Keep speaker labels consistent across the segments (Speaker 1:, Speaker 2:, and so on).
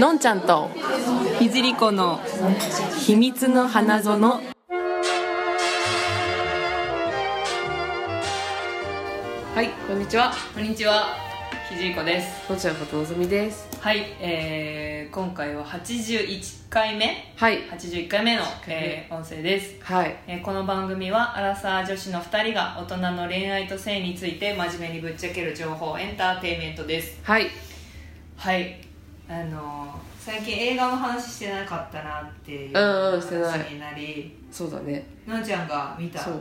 Speaker 1: のんちゃんと
Speaker 2: ひじりこの
Speaker 1: 秘密の花園はいこんにちは
Speaker 2: こんにちはひじりこです
Speaker 1: のんちゃんことのぞみです
Speaker 2: はい、えー、今回は81回目
Speaker 1: はい
Speaker 2: 81回目の、えー音声です、
Speaker 1: はい
Speaker 2: えーこの番組はアラサー女子の2人が大人の恋愛と性について真面目にぶっちゃける情報エンターテインメントです
Speaker 1: はい
Speaker 2: はいあのー最近映画の話してなかったなっていう
Speaker 1: うんうん
Speaker 2: 話
Speaker 1: してない
Speaker 2: になり
Speaker 1: そうだね
Speaker 2: のんちゃんが見た
Speaker 1: そう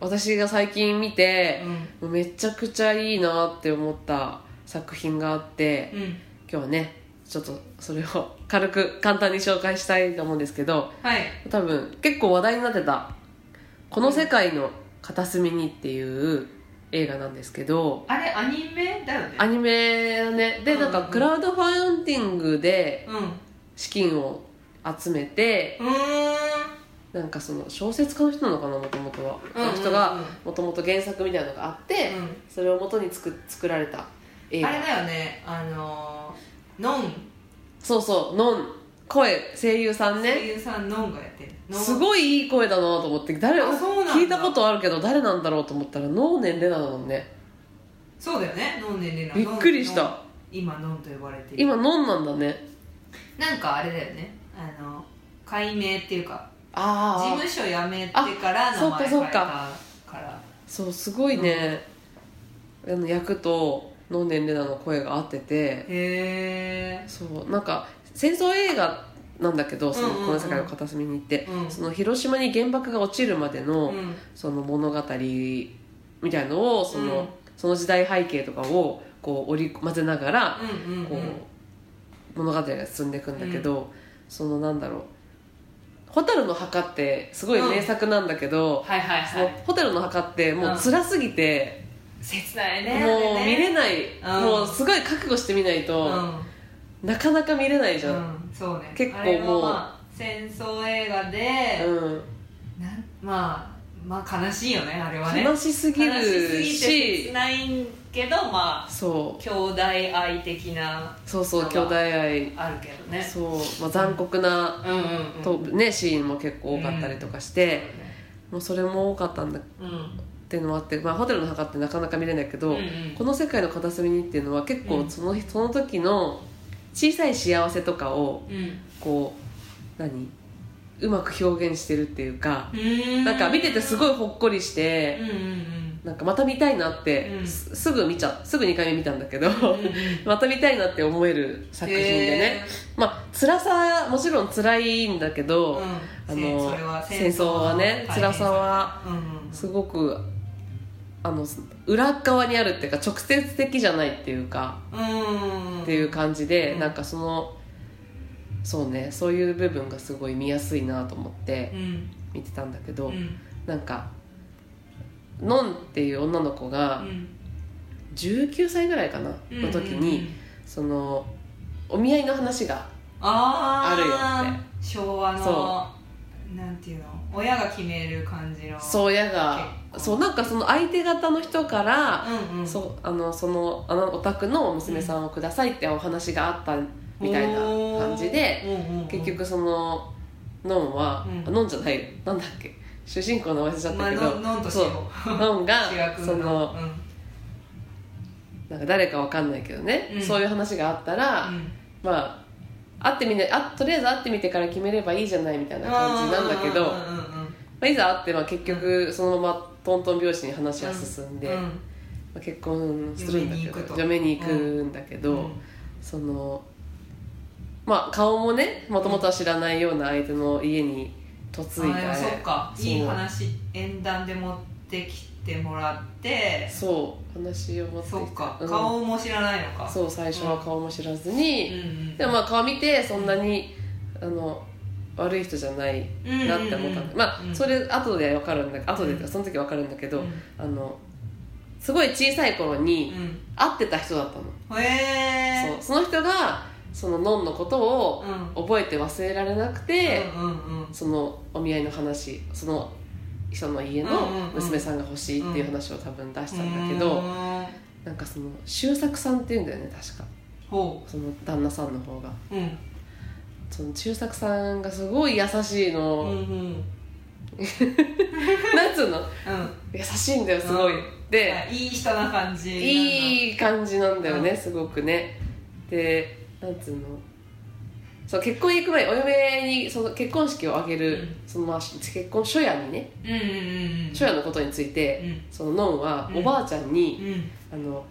Speaker 1: 私が最近見て
Speaker 2: う、ん
Speaker 1: めちゃくちゃいいなって思った作品があって、
Speaker 2: うん
Speaker 1: 今日はねちょっとそれを軽く簡単に紹介したいと思うんですけど
Speaker 2: はい
Speaker 1: 多分結構話題になってた「この世界の片隅に」っていう映画なんですけど
Speaker 2: あれアニメだよね
Speaker 1: アニメだねでなんかクラウドファンディングで
Speaker 2: うんう
Speaker 1: 資金を集めて
Speaker 2: ーん
Speaker 1: なんかその小説家の人なのかなもともとはその人
Speaker 2: うんうん
Speaker 1: が
Speaker 2: うん
Speaker 1: もともと原作みたいなのがあって
Speaker 2: うん
Speaker 1: それを元に作作られた映
Speaker 2: あれ
Speaker 1: 画
Speaker 2: だよねあのーノン
Speaker 1: そうそうのん声声優さんね
Speaker 2: 声優さんノンがやってるノン
Speaker 1: すごいいい声だなと思って誰
Speaker 2: あそうなんだ
Speaker 1: 聞いたことあるけど誰なんだろうと思ったら能年レナだもんね
Speaker 2: そうだよねノンねね
Speaker 1: びっくりした
Speaker 2: 今ノンと呼ばれてる
Speaker 1: 今のんなんだね
Speaker 2: なんかあれだよねあの解明っていうか事
Speaker 1: ああ
Speaker 2: 務所辞めてから名前
Speaker 1: そ
Speaker 2: 変
Speaker 1: う
Speaker 2: え
Speaker 1: か
Speaker 2: た
Speaker 1: そう
Speaker 2: から
Speaker 1: そうすごいね、あの役と能年レナの声が合ってて
Speaker 2: へ
Speaker 1: そうなんか戦争映画なんだけどその
Speaker 2: うんうんうん
Speaker 1: この世界の片隅に行って、
Speaker 2: えうん
Speaker 1: その広島に原爆が落ちるまでの、
Speaker 2: うん
Speaker 1: その物語みたいのをその,、
Speaker 2: うん
Speaker 1: その時代背景とかをこう織り混ぜながら、
Speaker 2: うんうん
Speaker 1: こ
Speaker 2: う
Speaker 1: う、
Speaker 2: ん
Speaker 1: 物語が進んでいくんだけど、そのなんだろう「蛍の墓」ってすごい名作なんだけど、
Speaker 2: はいはい
Speaker 1: その
Speaker 2: はい
Speaker 1: 蛍の墓ってもう辛すぎて、
Speaker 2: 切ないね
Speaker 1: も
Speaker 2: あ
Speaker 1: う見
Speaker 2: ね
Speaker 1: れない、
Speaker 2: うん
Speaker 1: もうすごい覚悟してみないと、
Speaker 2: うん
Speaker 1: なかなか見れないじゃん、
Speaker 2: うんそうね
Speaker 1: 結構
Speaker 2: あれは
Speaker 1: もう
Speaker 2: まあ戦争映画で、
Speaker 1: うん
Speaker 2: なんまあまあ悲しいよねあれはね
Speaker 1: 悲しすぎ
Speaker 2: 悲しす
Speaker 1: るし
Speaker 2: ぎて切ないんけどまあ
Speaker 1: そう
Speaker 2: 兄弟愛的な
Speaker 1: そうそう
Speaker 2: なん
Speaker 1: 兄
Speaker 2: か
Speaker 1: 弟愛
Speaker 2: あるけどね
Speaker 1: そう、まあ、残酷な、
Speaker 2: うんうんうん
Speaker 1: とね、シーンも結構多かったりとかして、もうそれも多かったんだっ
Speaker 2: うん
Speaker 1: ていうのもあって、まあ、ホテルの墓ってなかなか見れないけど、
Speaker 2: うんうん
Speaker 1: この世界の片隅にっていうのは結
Speaker 2: う
Speaker 1: 構
Speaker 2: ん
Speaker 1: その,、その時の小さい幸せとかを
Speaker 2: うん
Speaker 1: こう何うまく表現してるっていうか、
Speaker 2: うん
Speaker 1: なんか見ててすご
Speaker 2: い
Speaker 1: いほっこりして
Speaker 2: うん、うん
Speaker 1: なんかまた見たいなって、
Speaker 2: うん
Speaker 1: すすぐ見ちゃすぐ2回目見たんだけど、
Speaker 2: うんうん
Speaker 1: また見たいなって思える作品でね、
Speaker 2: へ
Speaker 1: まあ辛さもちろん辛いんだけ
Speaker 2: ー
Speaker 1: ど、
Speaker 2: うん
Speaker 1: あの
Speaker 2: それは
Speaker 1: 戦争はね
Speaker 2: 大変
Speaker 1: 辛さは
Speaker 2: うんうん
Speaker 1: すごくあの裏側にあるっていうか直接的じゃないっていうか、
Speaker 2: うん
Speaker 1: っていう感じで、
Speaker 2: うん
Speaker 1: なんかそのそうねそういう部分がすごい見やすいなと思って
Speaker 2: うん
Speaker 1: 見てたんだけ
Speaker 2: う
Speaker 1: ど、
Speaker 2: ん
Speaker 1: なんかのんっていう女の子
Speaker 2: う
Speaker 1: が
Speaker 2: ん
Speaker 1: 19歳ぐらいかな
Speaker 2: うん
Speaker 1: の時
Speaker 2: うんうん
Speaker 1: にそのお見合いの話が
Speaker 2: あー
Speaker 1: あるよって
Speaker 2: 昭和
Speaker 1: そ
Speaker 2: のなんていうの親が決める感じの
Speaker 1: そう親が
Speaker 2: 結構
Speaker 1: そうなんかその相手方の人から、
Speaker 2: うんうん
Speaker 1: そうあのそのあのお宅の娘さんをくださいってお話があったみたいな
Speaker 2: おー
Speaker 1: 感じで、
Speaker 2: うんうんうん
Speaker 1: 結局そののんは、
Speaker 2: うん
Speaker 1: あのんじゃないなんだっけ主人公の忘れちゃっ
Speaker 2: ま
Speaker 1: た
Speaker 2: あ
Speaker 1: けど、
Speaker 2: ののんとし
Speaker 1: そう
Speaker 2: よう
Speaker 1: のんが
Speaker 2: 主役
Speaker 1: その
Speaker 2: うん
Speaker 1: なんか誰かわかんないけどね、
Speaker 2: うん
Speaker 1: そういう話があったら、まあ会ってみないあとりあえず会ってみてから決めればいいじゃないみたいな感じなんだけど、
Speaker 2: うん
Speaker 1: まあ、いざ会って、まあ、結局そのままトントン拍子に話は進んで、
Speaker 2: うんうんうんうん
Speaker 1: まあ、結婚するんだけど
Speaker 2: 嫁
Speaker 1: 嫁
Speaker 2: に
Speaker 1: に
Speaker 2: 行
Speaker 1: 行
Speaker 2: く
Speaker 1: く
Speaker 2: と
Speaker 1: んだけど、
Speaker 2: うん
Speaker 1: そのまあ顔もねもともとは知らないような相手の家に嫁い
Speaker 2: あ
Speaker 1: だ
Speaker 2: でもそっか
Speaker 1: そう
Speaker 2: いい話縁談で持ってきてもらって
Speaker 1: そう話を持ってき
Speaker 2: そ
Speaker 1: た
Speaker 2: っか
Speaker 1: うん
Speaker 2: 顔も知らないのか
Speaker 1: そう最初は顔も知らず
Speaker 2: うん
Speaker 1: に、
Speaker 2: うん
Speaker 1: でもまあ顔見てそんなにあの悪い人じゃないなって思ったんだ、
Speaker 2: うんうんうん
Speaker 1: まあ
Speaker 2: うん
Speaker 1: それ後で分かるんだけど後でっていう
Speaker 2: うん
Speaker 1: かその時分かるんだけ
Speaker 2: う
Speaker 1: ど、
Speaker 2: ん
Speaker 1: あのすごい小さい頃に
Speaker 2: う
Speaker 1: 会ってた人だったの、
Speaker 2: んへ
Speaker 1: そう
Speaker 2: え
Speaker 1: その人がそののんのことを
Speaker 2: うん
Speaker 1: 覚えて忘れられなくて、
Speaker 2: うんうんうん
Speaker 1: そのお見合いの話その人の家
Speaker 2: う
Speaker 1: の
Speaker 2: んうんうん
Speaker 1: 娘さんが欲しいっていう話を多分出したんだけど、
Speaker 2: うーん
Speaker 1: なんかその周作さんっていうんだよね確か
Speaker 2: ほ
Speaker 1: その旦那さんの方が
Speaker 2: ううん
Speaker 1: その中作さんがすごい優しいの、
Speaker 2: うんうん
Speaker 1: なんつうの
Speaker 2: う
Speaker 1: 優しいんだよすごい、
Speaker 2: うん
Speaker 1: で、
Speaker 2: んいい人な感じい
Speaker 1: いい感じなんだよね、
Speaker 2: うん
Speaker 1: すごくねでなんつうのそう結婚行く前お嫁にその結婚式を挙げる、
Speaker 2: うん
Speaker 1: そのまあ結婚初夜にね
Speaker 2: うんうんうんうん
Speaker 1: 初夜のことについて、
Speaker 2: う
Speaker 1: そのノンは
Speaker 2: うん
Speaker 1: おばあちゃんに、
Speaker 2: んうん
Speaker 1: あの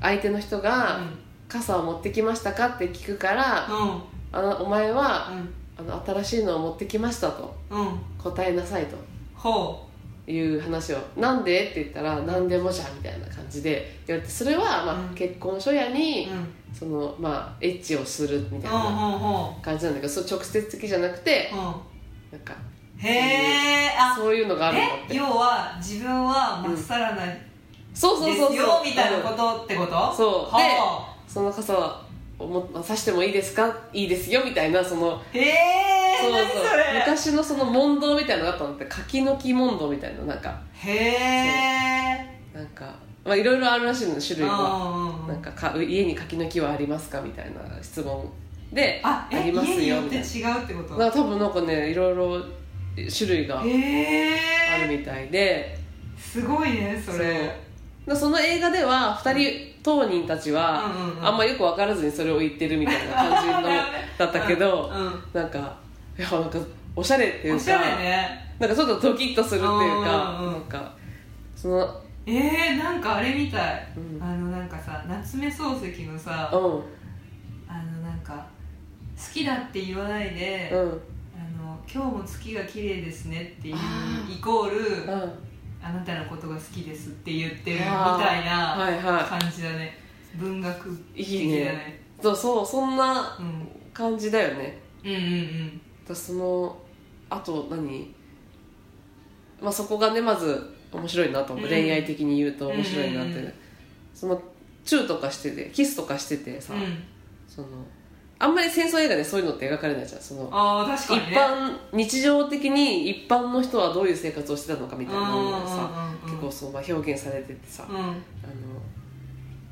Speaker 1: 相手の人が「傘を持ってきましたか?」って聞くから「あのお前はあの新しいのを持ってきました」と
Speaker 2: うんうん
Speaker 1: 答えなさいと。
Speaker 2: ほ
Speaker 1: いう話を「なんで?」って言ったら「何でもじゃ」みたいな感じで言われてそれは、まあ
Speaker 2: うん
Speaker 1: 結婚初夜
Speaker 2: う
Speaker 1: に
Speaker 2: うんうん
Speaker 1: そのまあエッチをするみたいな
Speaker 2: ほうほ
Speaker 1: 感じなんだけどそう直接的じゃなくて
Speaker 2: ううん
Speaker 1: なんか
Speaker 2: へえあ
Speaker 1: そういうのがあるんだっ
Speaker 2: え
Speaker 1: て
Speaker 2: 要は自分はまっさらなです
Speaker 1: そうそうそう
Speaker 2: よ
Speaker 1: そう
Speaker 2: みたいなことってこと
Speaker 1: んそう
Speaker 2: は
Speaker 1: その傘をもまあ刺してもいいですかいいですよみたいなその
Speaker 2: あへえ
Speaker 1: そう
Speaker 2: 何それ
Speaker 1: 昔のその問答みたいなのがあったのって柿の木問答みたいななんか
Speaker 2: へえ
Speaker 1: なんかまあいろいろあるらしいの種類が
Speaker 2: あ
Speaker 1: なんかか家に柿の木はありますかみたいな質問であ
Speaker 2: あえ
Speaker 1: ります
Speaker 2: 家に
Speaker 1: よ
Speaker 2: よっ
Speaker 1: み
Speaker 2: て
Speaker 1: たい
Speaker 2: 違うってこ
Speaker 1: な
Speaker 2: と
Speaker 1: なんか多分なんかねいろいろ種類が
Speaker 2: へ
Speaker 1: あ
Speaker 2: え
Speaker 1: るみたいで。
Speaker 2: すごいねそれ
Speaker 1: そうその映画では2人当人たちは
Speaker 2: うんうんうん
Speaker 1: あんまよく分からずにそれを言ってるみたいな感じのだったけどなんかいやなんかおしゃれって
Speaker 2: う
Speaker 1: い
Speaker 2: ん
Speaker 1: う
Speaker 2: お
Speaker 1: か
Speaker 2: しゃれね
Speaker 1: なんかちょっとドキッとするっていうか
Speaker 2: うんうんうん
Speaker 1: なんかその
Speaker 2: えー、なんかあれみたい、
Speaker 1: うん
Speaker 2: あのなんかさ夏目漱石のさ
Speaker 1: う
Speaker 2: あのなんか好きだって言わないで、
Speaker 1: んうん
Speaker 2: あの今日も月が綺麗ですねっていう
Speaker 1: あー
Speaker 2: イコール
Speaker 1: うん
Speaker 2: あなたのことが好きですって言ってるみ
Speaker 1: あー
Speaker 2: たいな
Speaker 1: はいは
Speaker 2: 感じだね文学的だね
Speaker 1: いいねいそうそうそんな
Speaker 2: うん、
Speaker 1: 感じだよね
Speaker 2: うんうん
Speaker 1: だそのあと何まあそこがねまず面白いなと思う、
Speaker 2: うん
Speaker 1: 恋愛的に言うと面白いなって、
Speaker 2: うんうんうん
Speaker 1: そのチューとかしててキスとかしててさ、
Speaker 2: うんうん
Speaker 1: そのあんまり戦争映画でそういうのって描かれないじゃんその
Speaker 2: ああ確
Speaker 1: 一
Speaker 2: かにね
Speaker 1: 般日常的に一般の人はどういう生活をしてたのかみたいなのがさ
Speaker 2: うんうん
Speaker 1: 結構そう、まあ、表現されててさ、
Speaker 2: うんうん
Speaker 1: あの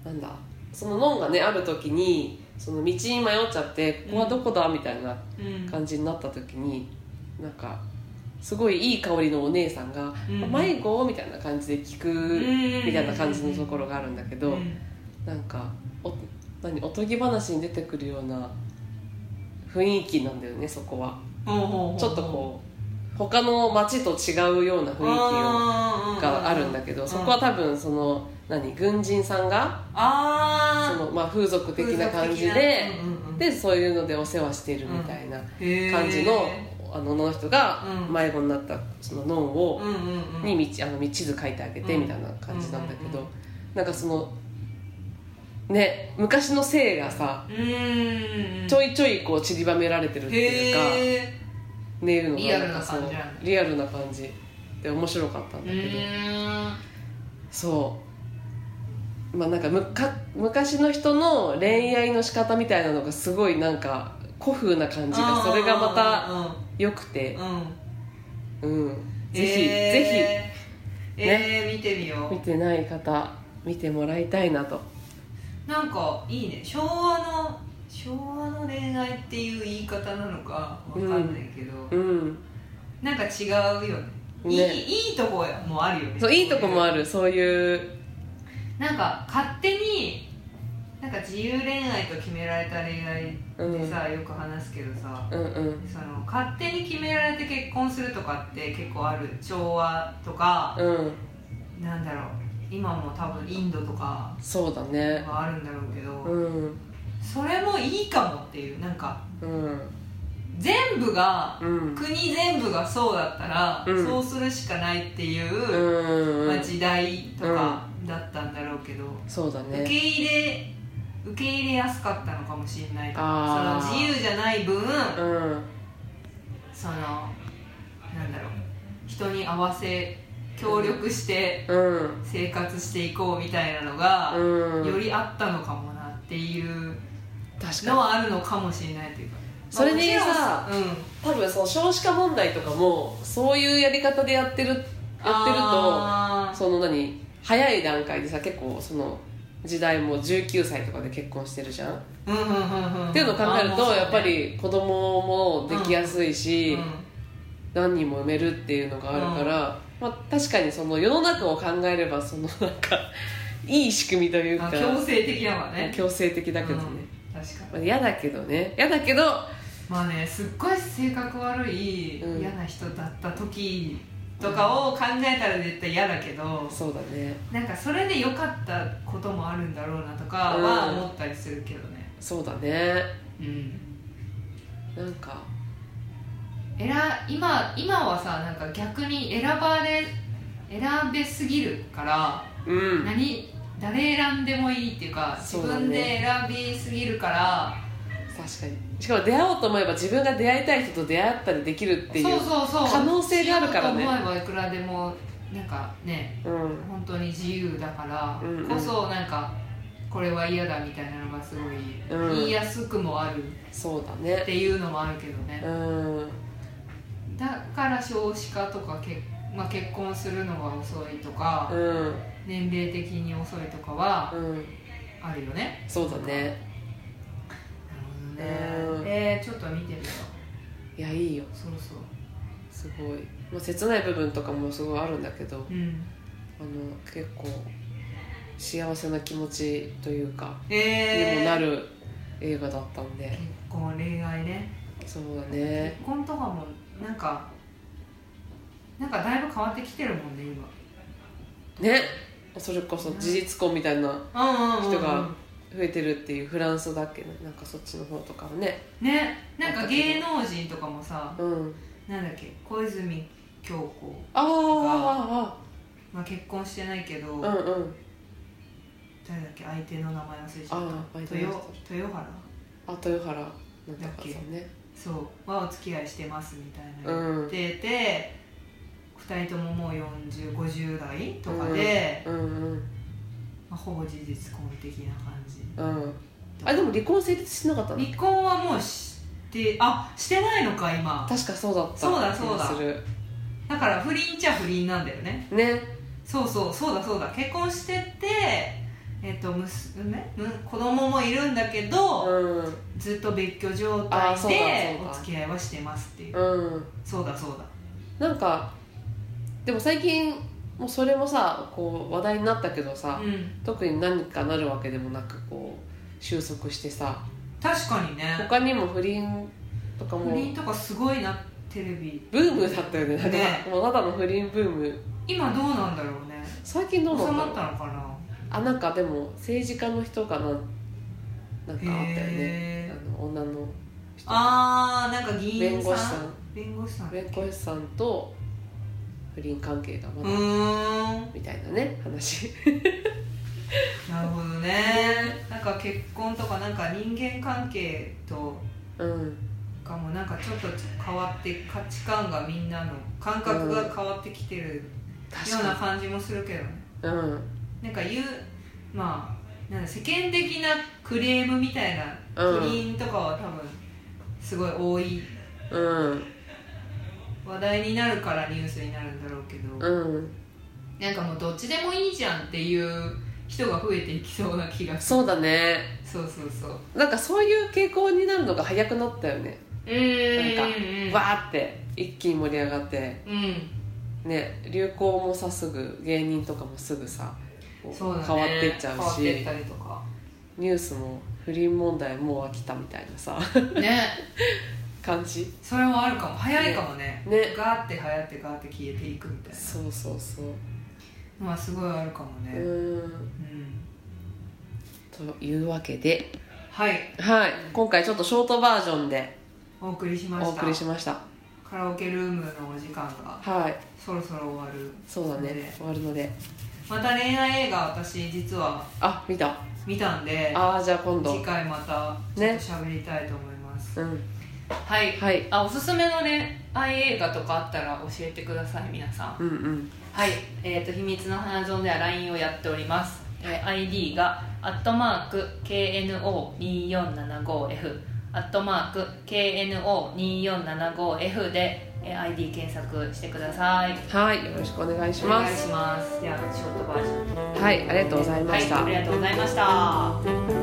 Speaker 1: なんだそのノンがねある時にその道に迷っちゃってここはどこだみたいな
Speaker 2: うん
Speaker 1: 感じになった時になんかすごいいい香りのお姉さんが「
Speaker 2: うん
Speaker 1: 迷子?」みたいな感じで聞くみたいな感じのところがあるんだけど、
Speaker 2: うん
Speaker 1: なんかお何おとぎ話に出てくるような雰囲気なんだよねそこは
Speaker 2: ほうほうほうほう
Speaker 1: ちょっとこう他の町と違うような雰囲
Speaker 2: あ
Speaker 1: 気
Speaker 2: ー
Speaker 1: があるんだけ
Speaker 2: う
Speaker 1: ど
Speaker 2: う
Speaker 1: そこは多分その何軍人さんがそ
Speaker 2: あ
Speaker 1: の、まあ、風俗
Speaker 2: ー
Speaker 1: 的な感じ
Speaker 2: 風俗的
Speaker 1: で
Speaker 2: なうんうんうん
Speaker 1: でそういうのでお世話してるみたいな
Speaker 2: へー
Speaker 1: 感じのあの女の人が
Speaker 2: うん
Speaker 1: 迷子になったその脳を
Speaker 2: うんうんうん
Speaker 1: に道あの道図書いてあげて
Speaker 2: うん
Speaker 1: みたいな感じなんだけど、
Speaker 2: うんうん
Speaker 1: なんかそのね昔の性がさ
Speaker 2: うーん
Speaker 1: ちょ
Speaker 2: いっ
Speaker 1: いちょいこう散りばめられてるっていうか、ねいうのがなんかそう
Speaker 2: リアルな
Speaker 1: リアル
Speaker 2: 感じなんだ
Speaker 1: な感じで面白かったん
Speaker 2: う
Speaker 1: だけど、
Speaker 2: ーん
Speaker 1: そうまあなんかむか昔の人の恋愛の仕方みたいなのがすごいなんか古風な感じがそれがまた良くて
Speaker 2: うんうんうん
Speaker 1: うんぜひ、ぜひ
Speaker 2: えーえー見てみよ
Speaker 1: 見てない方見てもらいたいなと
Speaker 2: うなんかいいね昭和の昭和の恋愛っていう言い方なのかわかんないけど
Speaker 1: うん
Speaker 2: なんか違うよね
Speaker 1: ね
Speaker 2: いいいいとこもあるよね
Speaker 1: そういいとこもあるそういう
Speaker 2: なんか勝手になんか自由恋愛と決められた恋愛ってさ、よく話すけどさ
Speaker 1: うんうん
Speaker 2: その勝手に決められて結婚するとかって結構ある調和とか、
Speaker 1: うん
Speaker 2: なんだろう今も多分インドとか
Speaker 1: そうだね
Speaker 2: はあるんだろうけど、
Speaker 1: うん
Speaker 2: それもいいかもっていうなんか
Speaker 1: うん
Speaker 2: 全部が
Speaker 1: う、ん
Speaker 2: 国全部がそうだったら、
Speaker 1: うん
Speaker 2: そうするしかないって
Speaker 1: う
Speaker 2: いう、
Speaker 1: んう
Speaker 2: まあ、
Speaker 1: ん
Speaker 2: 時代とかだったんだろうけど、
Speaker 1: そうだ
Speaker 2: 受
Speaker 1: ね
Speaker 2: け入れ受け入れやすかったのかもしれない
Speaker 1: あー
Speaker 2: その自由じゃない分、
Speaker 1: うん
Speaker 2: そのなんだろう人に合わせ協力して
Speaker 1: うん
Speaker 2: 生活していこうみたいなのが、
Speaker 1: うん
Speaker 2: よりあったのかもなっていう
Speaker 1: 確
Speaker 2: の
Speaker 1: かに
Speaker 2: はあるのかもしれないというか、
Speaker 1: それでさ
Speaker 2: もちろんうん
Speaker 1: 多分その少子化問題とかもそういうやり方でやってるやってると
Speaker 2: あー
Speaker 1: その何早い段階でさ結構その時代も19歳とかで結婚してるじゃん、
Speaker 2: うんうんうんうん
Speaker 1: っていうのを考えると、
Speaker 2: あもうそうね
Speaker 1: やっぱり子供もできやすいし、何人も産めるっていうのがあるから、まあ、確かにその世の中を考えればそのなん かいい仕組みという
Speaker 2: うん、あ
Speaker 1: か
Speaker 2: 強制的だわね
Speaker 1: 強制的だけどね、
Speaker 2: うん確かに
Speaker 1: まあ、嫌だけどね嫌だけど
Speaker 2: まあねすっごい性格悪い
Speaker 1: うん
Speaker 2: 嫌な人だった時とかを考えたら絶対嫌だけど、
Speaker 1: そうだね
Speaker 2: なんかそれで良かったこともあるんだろうなとかは思ったりするけどね、
Speaker 1: そうだね
Speaker 2: うん、
Speaker 1: なんか
Speaker 2: えら今今はさなんか逆に選ばれ選べすぎるから
Speaker 1: うん
Speaker 2: 何誰選んでもいいっていうか自
Speaker 1: そうだね
Speaker 2: 分で選びすぎるから
Speaker 1: 確かにしかも出会おうと思えば自分が出会いたい人と出会ったりできるっていう
Speaker 2: そうそうそう
Speaker 1: 可能性があるからね
Speaker 2: しようと思えばいくらでもなんかね
Speaker 1: うん
Speaker 2: 本当に自由だから
Speaker 1: うんうん
Speaker 2: こそなんかこれは嫌だみたいなのがすごい
Speaker 1: うん
Speaker 2: 言いやすくもある
Speaker 1: そうだ
Speaker 2: っ
Speaker 1: ね
Speaker 2: ていうのもあるけどね
Speaker 1: うん
Speaker 2: だから少子化とか結,、まあ、結婚するのが遅いとか
Speaker 1: うん
Speaker 2: 年齢的に遅いとかは
Speaker 1: うん
Speaker 2: あるよね
Speaker 1: そうだねう
Speaker 2: なるほど
Speaker 1: ん
Speaker 2: ねえー、ちょっと見てみよう
Speaker 1: いやいいよ
Speaker 2: そうそう
Speaker 1: すごい、まあ、切ない部分とかもすごいあるんだけど
Speaker 2: うん
Speaker 1: あの結構幸せな気持ちというか
Speaker 2: え
Speaker 1: に
Speaker 2: ー、
Speaker 1: もなる映画だったんで
Speaker 2: 結婚恋愛ね
Speaker 1: そうだね
Speaker 2: 結婚とかもなんかなんかだいぶ変わってきてるもんね今
Speaker 1: ねそれこそ事実婚みたいな
Speaker 2: うん
Speaker 1: 人が増えてるっていうフランスだっけななんかそっちの方とかはね
Speaker 2: ねなんか芸能人とかもさ
Speaker 1: うん
Speaker 2: なんだっけ小泉京子、
Speaker 1: あーあ
Speaker 2: まあ、結婚してないけど、
Speaker 1: ーあーあーうんうん
Speaker 2: 誰だっけ相手の名前忘れちゃっ
Speaker 1: あ
Speaker 2: た
Speaker 1: 相手
Speaker 2: 豊
Speaker 1: の人
Speaker 2: 豊原
Speaker 1: あ豊原なんだかさんね
Speaker 2: そうはお付き合いしてますみたいな
Speaker 1: う
Speaker 2: 言
Speaker 1: ん
Speaker 2: ってて、2人とももう4050代とかで、
Speaker 1: うんうん
Speaker 2: まあ、ほぼ事実婚的な感じ
Speaker 1: うんあでも離婚成立しなかったの
Speaker 2: 離婚はもうしてあしてないのか今
Speaker 1: 確かそうだった
Speaker 2: そうだそうだ
Speaker 1: 気がする
Speaker 2: だから不倫っちゃ不倫なんだよね
Speaker 1: ね
Speaker 2: そうそうそうだそうだ結婚しててえっと娘む子供もいるんだけど、
Speaker 1: うん
Speaker 2: ずっと別居状
Speaker 1: あ
Speaker 2: 態
Speaker 1: そうだ
Speaker 2: で
Speaker 1: そうだ
Speaker 2: お付き合いはしてますっていう
Speaker 1: うん
Speaker 2: そうだそうだ
Speaker 1: なんかでも最近もうそれもさこう話題になったけどさ、
Speaker 2: うん
Speaker 1: 特に何かなるわけでもなくこう収束してさ
Speaker 2: 確かにね
Speaker 1: 他にも不倫とかも
Speaker 2: 不倫とかすごいなテレビ
Speaker 1: ブームだったよねなんか、
Speaker 2: ね
Speaker 1: もうただの不倫ブーム
Speaker 2: 今どうなんだろうね
Speaker 1: 最近どう
Speaker 2: 収
Speaker 1: なんだ
Speaker 2: ま
Speaker 1: ろ
Speaker 2: っ
Speaker 1: う
Speaker 2: たのかな
Speaker 1: あなんかでも政治家の人かななんかあったよねあ
Speaker 2: へえ
Speaker 1: の女の人
Speaker 2: あーなんか議
Speaker 1: 弁
Speaker 2: 員
Speaker 1: 護士さ
Speaker 2: さん
Speaker 1: ん
Speaker 2: 弁護士さん
Speaker 1: 弁護士さんと不倫関係がま
Speaker 2: う
Speaker 1: だ、
Speaker 2: ーん
Speaker 1: みたいなね話
Speaker 2: なるほどねなんか結婚とかなんか人間関係と
Speaker 1: うん
Speaker 2: かもなんかちょっと変わって価値観がみんなの感覚が変わってきてるよ
Speaker 1: 確
Speaker 2: うな
Speaker 1: か
Speaker 2: 感じもするけ
Speaker 1: に
Speaker 2: どね
Speaker 1: うん
Speaker 2: なんか言うまあなんだ世間的なクレームみたいな
Speaker 1: うん
Speaker 2: 不倫とかは多分すごい多い
Speaker 1: うん
Speaker 2: 話題になるからニュースになるんだろうけど
Speaker 1: うん
Speaker 2: なんかもうどっちでもいいじゃんっていう人が増えていきそうな気がす
Speaker 1: そうだね
Speaker 2: るそうそうそう
Speaker 1: なんかそういう傾向になるのが早くなったよね、
Speaker 2: うん
Speaker 1: なん
Speaker 2: うん
Speaker 1: わーって一気に盛り上がって
Speaker 2: うん
Speaker 1: ね流行もさすぐ芸人とかもすぐさこう
Speaker 2: そうだね
Speaker 1: 変わってっちゃ
Speaker 2: 変
Speaker 1: う
Speaker 2: わっ
Speaker 1: して
Speaker 2: ったりとか
Speaker 1: ニュースも不倫問題もう飽きたみたいなさ
Speaker 2: ね
Speaker 1: 感じ
Speaker 2: それもあるかも早いかもね
Speaker 1: ね
Speaker 2: ガーって流行ってガーって消えていくみたい
Speaker 1: そうそうそう
Speaker 2: なまあすごいあるかもね
Speaker 1: うん
Speaker 2: うん
Speaker 1: というわけで
Speaker 2: はい
Speaker 1: はい今回ちょっとショートバージョンで
Speaker 2: お送りしま
Speaker 1: お
Speaker 2: した
Speaker 1: 送りしました
Speaker 2: カラオケルームのお時間が
Speaker 1: はい
Speaker 2: そろそろ終わる
Speaker 1: そうだね
Speaker 2: ね
Speaker 1: 終わるので
Speaker 2: また恋愛映画私実は
Speaker 1: あ見た
Speaker 2: 見たんで
Speaker 1: ああじゃあ今度
Speaker 2: 次回またちょっ
Speaker 1: ね
Speaker 2: と喋りたいと思います、
Speaker 1: うん
Speaker 2: はい
Speaker 1: はい
Speaker 2: あおすすめの恋愛映画とかあったら教えてください皆さん
Speaker 1: うんうん
Speaker 2: はい、えー、と秘密の花園では LINE をやっております、
Speaker 1: はい
Speaker 2: ID が「アットマーク #KNO2475F」「アットマーク #KNO2475F」でえー ID 検索してください
Speaker 1: はいよろしくお願いし
Speaker 2: お
Speaker 1: ま
Speaker 2: 願い
Speaker 1: す
Speaker 2: しますではショートバージョン
Speaker 1: はいありがとうございました、
Speaker 2: はい、ありがとうございました